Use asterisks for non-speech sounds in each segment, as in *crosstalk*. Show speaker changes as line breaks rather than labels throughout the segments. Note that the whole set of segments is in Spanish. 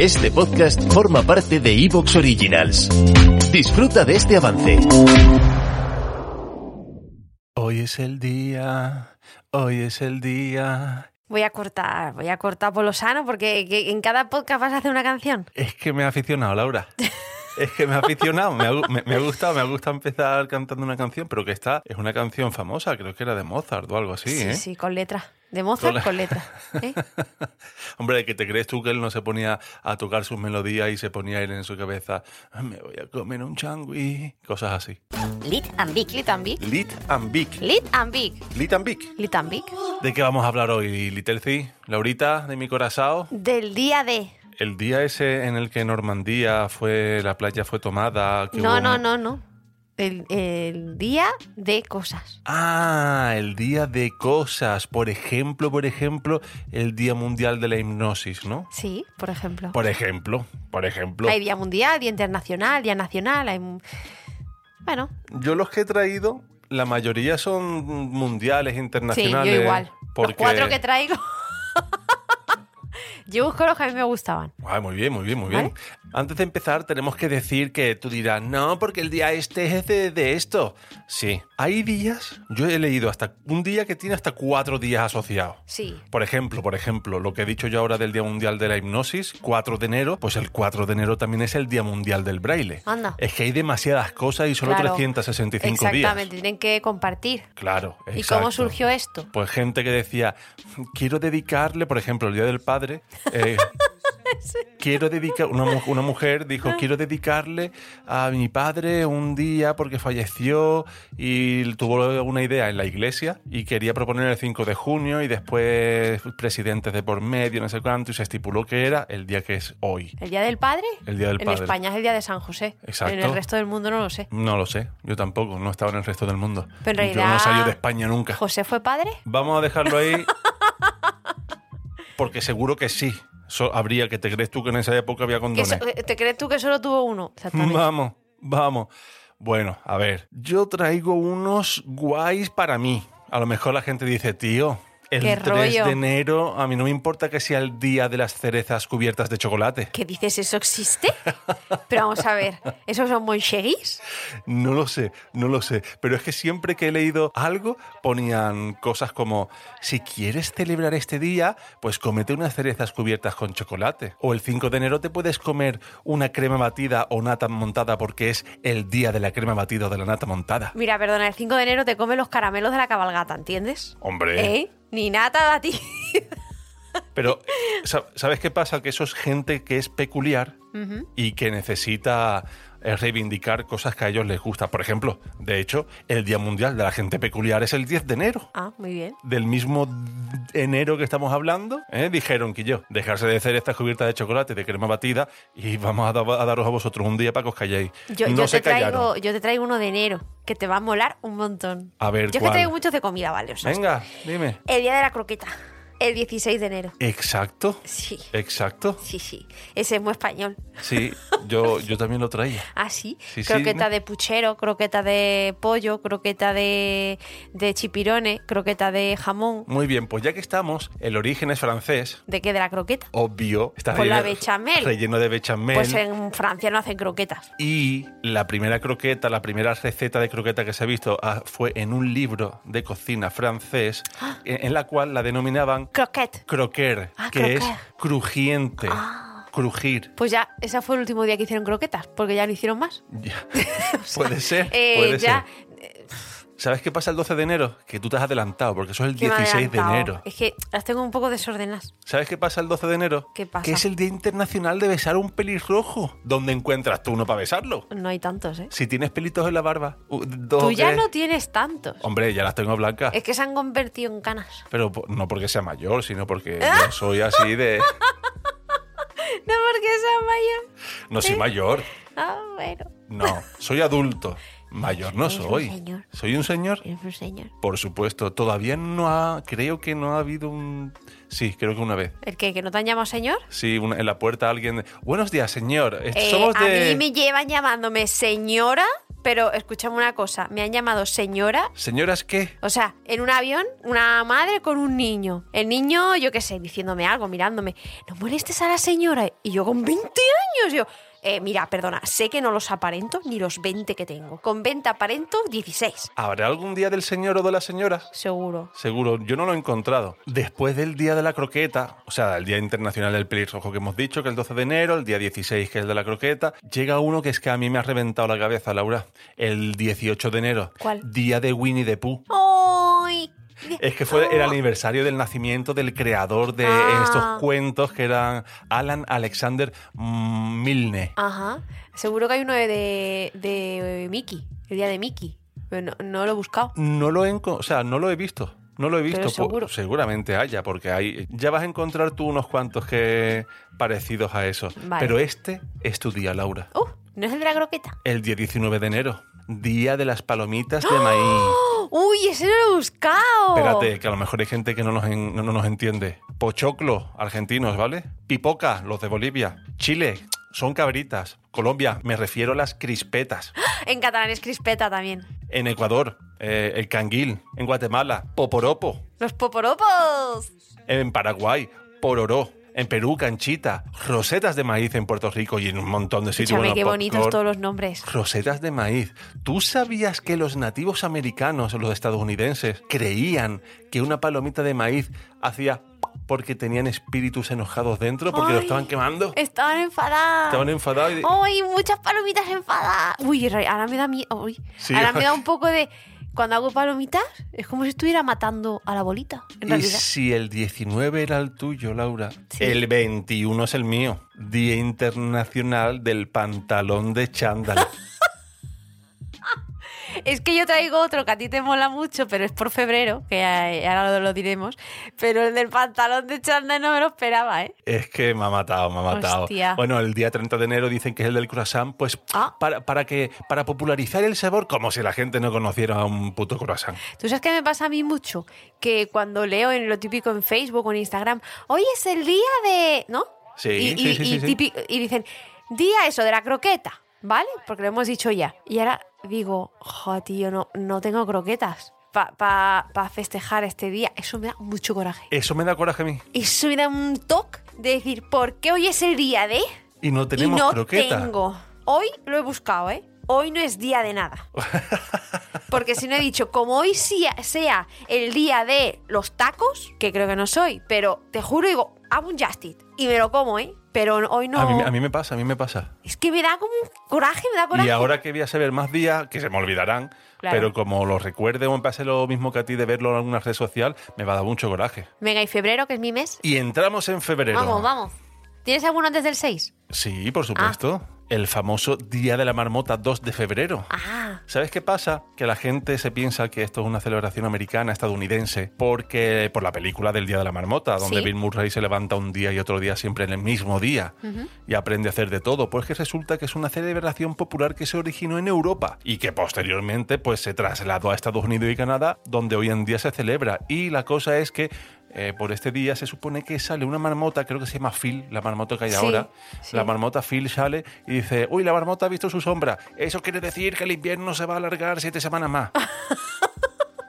Este podcast forma parte de Evox Originals. Disfruta de este avance.
Hoy es el día, hoy es el día.
Voy a cortar, voy a cortar por lo sano porque que- en cada podcast vas a hacer una canción.
Es que me ha aficionado, Laura. Es que me ha aficionado, me ha, gu- me- me ha gustado, me ha gustado empezar cantando una canción, pero que esta es una canción famosa, creo que era de Mozart o algo así,
sí,
¿eh?
sí, con letra. De Mozart
Con la-
con, letra.
*laughs*
¿eh?
Hombre, ¿que te crees tú que él no se ponía a tocar sus melodías y se ponía él en su cabeza, "Ah, me voy a comer un changui, cosas así?
Lit and Big. Lit and Big.
Lit and Big.
Lit and Big.
Lit and Big.
Lit and Big.
¿De qué vamos a hablar hoy, Litelci? Laurita, de mi corazón.
Del día de.
El día ese en el que Normandía fue, la playa fue tomada. que hubo
No,
un-
no, no, no. El, el día de cosas.
Ah, el día de cosas. Por ejemplo, por ejemplo, el Día Mundial de la Hipnosis, ¿no?
Sí, por ejemplo.
Por ejemplo, por ejemplo.
Hay día mundial, día internacional, día nacional. Hay... un- Bueno,
Yo los que he traído, la mayoría son mundiales,
sí,
internacionales.
yo igual.
Porque...
Los cuatro que traigo. *laughs* yo busco los que a mí me gustaban.
Ah, muy bien, muy bien, muy bien.
¿Vale?
Antes de empezar, tenemos que decir que tú dirás, no, porque el día este es de, de esto. Sí, hay días, yo he leído hasta un día que tiene hasta cuatro días asociados.
Sí.
Por ejemplo, por ejemplo, lo que he dicho yo ahora del Día Mundial de la Hipnosis, 4 de enero, pues el 4 de enero también es el Día Mundial del Braille.
Anda.
Es que hay demasiadas cosas y solo
Claro.
365
Exactamente,
días.
tienen que compartir.
Claro,
¿Y
exacto.
cómo surgió esto?
Pues gente que decía, quiero dedicarle, por ejemplo, el Día del Padre.
*laughs*
eh, Quiero dedicar, una, mu- una mujer dijo,
Ah.
quiero dedicarle a mi padre un día porque falleció y tuvo una idea en la iglesia y quería proponer el 5 de junio y después presidentes de por medio, no sé cuánto, y se estipuló que era el día que es hoy,
¿El Día del Padre?
el Día del
en
Padre.
España es el Día de San José.
Exacto.
En el resto del mundo no lo sé.
No lo sé, yo tampoco, no estaba en el resto del mundo.
Pero en
yo no
realidad-
salí de España nunca.
¿José fue padre?
Vamos a dejarlo ahí. Porque seguro que sí. So- habría que te crees tú que en esa época había
Que
condones.
so- ¿Te crees tú que solo tuvo uno? Exactamente.
Vamos, vamos. Bueno, a ver. Yo traigo unos guays para mí. A lo mejor la gente dice, tío, el
Qué
3
rollo.
de enero a mí no me importa que sea el día de las cerezas cubiertas de chocolate.
¿Qué dices? ¿Eso existe? Pero vamos a ver, ¿esos son moncheguis?
No lo sé, no lo sé. Pero es que siempre que he leído algo ponían cosas como, si quieres celebrar este día, pues comete unas cerezas cubiertas con chocolate. O el 5 de enero te puedes comer una crema batida o nata montada porque es el día de la crema batida o de la nata montada.
Mira, perdona, el 5 de enero te comes los caramelos de la cabalgata, ¿entiendes?
Hombre,
¿Eh? Ni nata a ti.
pero sa- ¿sabes qué pasa? Que eso es gente que es peculiar y que necesita eh, reivindicar cosas que a ellos les gusta. Por ejemplo, de hecho, el Día Mundial de la Gente Peculiar es el 10 de enero.
Ah, muy bien.
del mismo enero que estamos hablando, ¿eh? dijeron que yo, dejarse de hacer estas cubiertas de chocolate, de crema batida, y vamos a, da- a daros a vosotros un día para que os calléis.
Yo,
no
yo
se
te traigo,
callaron.
yo te traigo uno de enero, que te va a molar un montón.
A ver,
Yo es
¿cuál?
que traigo muchos de comida, ¿vale? O sea,
Venga, dime.
El día de la croqueta, el 16 de enero.
Exacto,
Sí,
exacto.
sí, sí. Ese es muy español.
Sí, yo, yo también lo traía.
Ah, sí.
Sí, sí,
croqueta
dime.
de puchero, croqueta de pollo, croqueta de, de chipirones, croqueta de jamón.
Muy bien, pues ya que estamos, el origen es francés,
¿De qué? ¿De la croqueta?
obvio. Está
Con la
relleno-
bechamel.
Relleno de bechamel.
Pues en Francia no hacen croquetas.
Y la primera croqueta, la primera receta de croqueta que se ha visto ah, fue en un libro de cocina
*gasps*
francés en en la cual la denominaban
Croquette.
croquer,
Ah,
que
croquer.
es crujiente, crujir.
Pues ya, ese fue el último día que hicieron croquetas, porque ya no hicieron más. *laughs*
Ya. puede ser,
Eh,
puede
ya.
ser. ¿Sabes qué pasa el 12 de enero? Que tú te has adelantado, porque eso es el
que me han
16 de
adelantado.
enero.
Es que las tengo un poco desordenadas.
¿Sabes qué pasa el 12 de enero?
¿Qué pasa?
Que es el Día Internacional de Besar un Pelirrojo. ¿Dónde encuentras tú uno para besarlo?
No hay tantos, ¿eh?
Si tienes pelitos en la barba. u- dos,
Tú ya
tres-
no tienes tantos.
Hombre, ya las tengo blancas.
Es que se han convertido en canas. *laughs*
Pero po- no porque sea mayor, sino porque yo soy así de.
No porque sea mayor.
No soy mayor.
Ah, bueno. *laughs*
No, soy adulto. Mayor no
Eres un
soy.
señor.
¿Soy un señor?
Eres un señor.
Por supuesto. Todavía no ha. Creo que no ha habido un. Sí, creo que una vez.
¿El qué? ¿Que no te han llamado señor?
Sí, una- en la puerta alguien. Buenos días, señor. Est-
Eh,
Somos
A mí
de.
me llevan llamándome señora pero escúchame una cosa, me han llamado señora.
¿Señoras qué?
O sea, en un avión, una madre con un niño. El niño, yo qué sé, diciéndome algo, mirándome. No molestes a la señora. Y yo con 20 años, yo... "Eh, mira, perdona, sé que no los aparento ni los 20 que tengo. Con 20 aparento 16,
¿Habrá algún día del señor o de la señora?
seguro.
Seguro, yo no lo he encontrado. Después del Día de la Croqueta, o sea, el Día Internacional del Pelirrojo que hemos dicho, que es el 12 de enero, el día 16 que es el de la croqueta, llega uno que es que a mí me ha reventado la cabeza, Laura. El 18 de enero.
¿Cuál?
Día de Winnie the Pooh.
¡Ay! ¡Oh!
Es que fue el aniversario del nacimiento del creador de
Ah.
estos cuentos que eran Alan Alexander Milne.
Ajá. Seguro que hay uno de, de eh, Mickey, el día de Mickey. Pero no, no lo he buscado.
No lo he, enco- o sea, no lo he visto. No lo he visto.
Pero
Po-
seguro.
Seguramente haya, porque hay. Ya vas a encontrar tú unos cuantos que parecidos a esos.
Vale.
Pero este es tu día, Laura.
¡Uh! ¿No es el de la croqueta?
El día 19 de enero. Día de las palomitas de maíz.
¡Oh! ¡Uy! ¡Ese no lo he buscado!
Espérate, que a lo mejor hay gente que no nos, en- no nos entiende. Pochoclo, argentinos, ¿vale? Pipoca, los de Bolivia. Chile, son cabritas. Colombia, me refiero a las crispetas.
En catalán es crispeta también.
En Ecuador, eh, el canguil. En Guatemala, poporopo.
¡Los poporopos!
En Paraguay, pororó. En Perú, canchita. Rosetas de maíz en Puerto Rico y en un montón de sitios.
Escúchame,
bueno,
qué bonitos
popcorn.
todos los nombres.
Rosetas de maíz. ¿Tú sabías que los nativos americanos, los estadounidenses, creían que una palomita de maíz hacía porque tenían espíritus enojados dentro, porque lo
Ay. Oh,
estaban quemando?
Estaban enfadados.
Estaban enfadados. y-
¡Ay, muchas palomitas enfadadas! Uy, ra- ahora me da miedo. Uy.
Sí.
Ahora me da un poco de. Cuando hago palomitas, es como si estuviera matando a la bolita, en
Y
realidad.
si el 19 era el tuyo, Laura,
Sí.
el 21 es el mío. Día Internacional del Pantalón de Chándal.
Es que yo traigo otro que a ti te mola mucho, pero es por febrero, que eh, ahora lo, lo diremos. Pero el del pantalón de chándal no me lo esperaba, ¿eh?
Es que me ha matado, me ha matado.
Hostia.
Bueno, el día 30 de enero dicen que es el del croissant, pues
Ah.
para, para que para popularizar el sabor, como si la gente no conociera un puto croissant.
Tú sabes que me pasa a mí mucho, que cuando leo en lo típico en Facebook o en Instagram, hoy es el día de... ¿No?
Sí,
y,
sí,
y-
sí,
y
sí, sí.
típico- y dicen, día eso, de la croqueta, ¿vale? Porque lo hemos dicho ya. Y ahora digo, jo, tío, no, no tengo croquetas para festejar este día. Eso me da mucho coraje.
Eso me da coraje a mí.
Eso me da un toque de decir, ¿por qué hoy es el día de...?
Y no tenemos
y no
croqueta.
tengo. Hoy lo he buscado, ¿eh? Hoy no es día de
*laughs*
nada. Porque si no he dicho, como hoy sí- sea el día de los tacos, que creo que no soy, pero te juro, digo, hago un just it y me lo como, ¿eh? Pero hoy no.
A, mí, a mí me pasa, a mí me pasa.
Es que me da como un coraje, me da coraje.
Y ahora que voy a saber más días, que se me olvidarán,
Claro.
pero como lo recuerde o me pase lo mismo que a ti de verlo en alguna red social, me va a dar mucho coraje.
Venga, y febrero, que es mi mes.
Y entramos en febrero.
Vamos, vamos. ¿Tienes alguno antes del 6?
Sí, por supuesto. El famoso Día de la Marmota 2 de febrero.
Ah,
¿Sabes qué pasa? Que la gente se piensa que esto es una celebración americana, estadounidense, porque por la película del Día de la Marmota, donde
Sí.
Bill Murray se levanta un día y otro día siempre en el mismo día y aprende a hacer de todo, pues que resulta que es una celebración popular que se originó en Europa y que posteriormente pues se trasladó a Estados Unidos y Canadá, donde hoy en día se celebra. Y la cosa es que eh, por este día se supone que sale una marmota, creo que se llama Phil, la marmota que hay
Sí,
ahora.
sí.
La marmota Phil sale y dice, uy, la marmota ha visto su sombra. Eso quiere decir que el invierno se va a alargar siete semanas
*laughs*
más.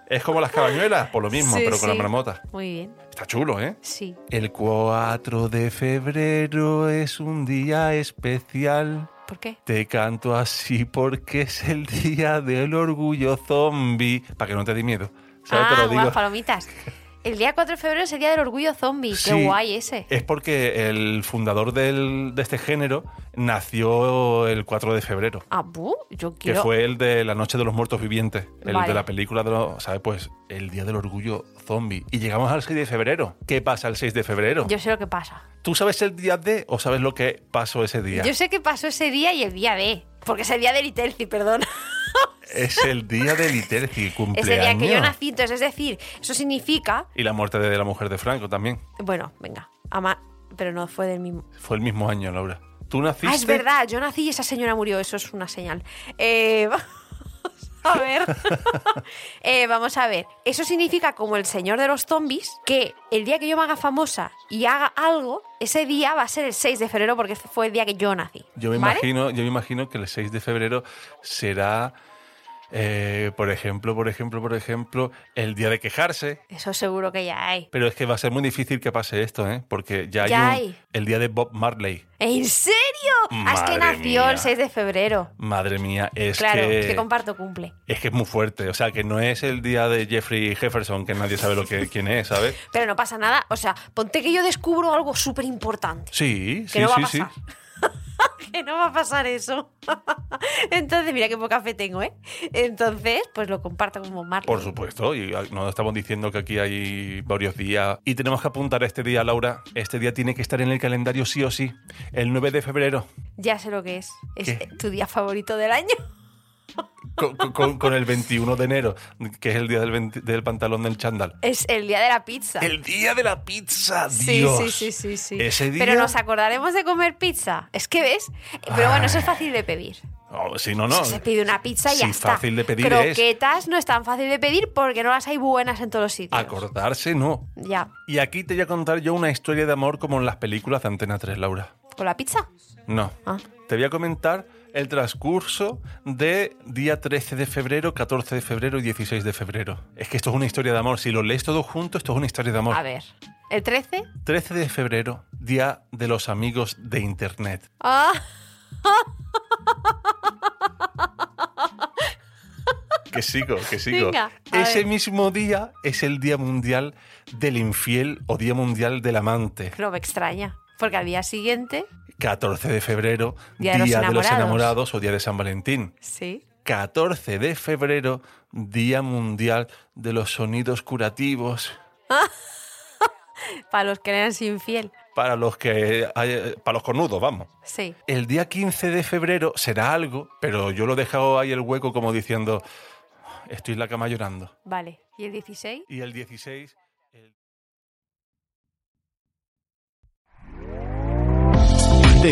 es como las cabañuelas, por lo mismo,
Sí,
pero con la
sí.
marmota.
muy bien.
Está chulo, ¿eh?
Sí.
El 4 de febrero es un día especial.
¿Por qué?
Te canto así porque es el día del orgullo zombie. Para que no te dé miedo. ¿Sabes?
ah,
te lo digo. *laughs*
guau, palomitas. El día 4 de febrero es el día del orgullo zombie.
Sí, Eh.
Qué guay ese.
Es porque el fundador del- de este género nació el 4 de febrero.
Ah, bu, yo
Que
quiero.
fue el de La Noche de los Muertos Vivientes, el
Vale.
de la película de los, ¿sabes? Pues el Día del Orgullo Zombie. Y llegamos al 6 de febrero. ¿Qué pasa el 6 de febrero?
Yo sé lo que pasa.
¿Tú sabes el día de o sabes lo que pasó ese día?
Yo sé que pasó ese día y el día de. Porque es el día del Iterci, perdón. *laughs*
Es el día del Iterci,
Es
cumpleaños.
el día que yo nací, entonces, es decir, eso significa.
Y la muerte de la mujer de Franco también.
Bueno, venga, ama, pero no fue del mismo.
Fue el mismo año, Laura. Tú naciste.
*laughs* Ah, es verdad, yo nací y esa señora murió, eso es una señal. Eh, A ver. *laughs* Eh, vamos a ver. Eso significa, como el señor de los zombies, que el día que yo me haga famosa y haga algo, ese día va a ser el 6 de febrero porque fue el día que yo nací.
Yo me,
¿Vale?
imagino, yo me imagino que el 6 de febrero será, eh, por ejemplo, por ejemplo, por ejemplo, el día de quejarse.
Eso seguro que ya hay.
Pero es que va a ser muy difícil que pase esto, ¿eh? Porque ya hay,
Ya
un-
hay.
el día de Bob Marley.
¿En serio? Ah, es que
Madre
nació
mía.
el 6 de febrero.
Madre mía, es
claro,
que...
es que comparto cumple.
es que es muy fuerte, o sea, que no es el día de Jeffrey Jefferson, que nadie sabe lo que, quién es, ¿sabes?
*laughs* Pero no pasa nada. O sea, ponte que yo descubro algo súper importante.
Sí,
Que
sí,
no va
sí,
a
sí.
pasar. *laughs* que no va a pasar eso. *laughs* Entonces, mira qué poca fe tengo, ¿eh? Entonces, pues lo comparto como Marley.
Por supuesto, y a- no estamos diciendo que aquí hay varios días. Y tenemos que apuntar este día, Laura. Este día tiene que estar en el calendario sí o sí, el 9 de febrero,
Ya sé lo que es. Es
¿Qué?
tu día favorito del año.
con, con- con- con el 21 de enero, que es el día del, 20 del pantalón del chándal.
Es el día de la pizza.
El día de la pizza,
Sí,
Dios.
sí, sí, sí, sí.
Ese día... Ah.
Pero nos acordaremos de comer pizza. Es que ves. Pero bueno, eso es
Ay.
fácil de pedir.
Oh, sí, no, no.
Se pide una pizza y
Sí,
ya está.
fácil de pedir es.
Croquetas no es tan fácil de pedir porque no las hay buenas en todos los sitios.
Acordarse, no.
Ya.
Y aquí te voy a contar yo una historia de amor como en las películas de Antena 3, Laura.
¿Con la pizza?
No.
Ah.
Te voy a comentar el transcurso de día 13 de febrero, 14 de febrero y 16 de febrero. Es que esto es una historia de amor. Si lo lees todo junto, esto es una historia de amor.
A ver. ¿El 13?
13 de febrero, Día de los Amigos de Internet.
Ah, *laughs*
Que sigo, que sigo.
Venga, a
Ese
ver.
mismo día es el Día Mundial del Infiel o Día Mundial del Amante.
no me extraña. Porque al día siguiente,
14 de febrero,
Día de los
de los
Enamorados.
Enamorados o Día de San Valentín.
sí.
14 de febrero, Día Mundial de los Sonidos Curativos.
Para los que eran sin fiel.
Para los que. hay- Para los cornudos, vamos.
Sí.
El día 15 de febrero será algo, pero yo lo he dejado ahí el hueco como diciendo. "Oh, Estoy en la cama llorando.
Vale. ¿Y el 16?
Y el 16. el-
¿Te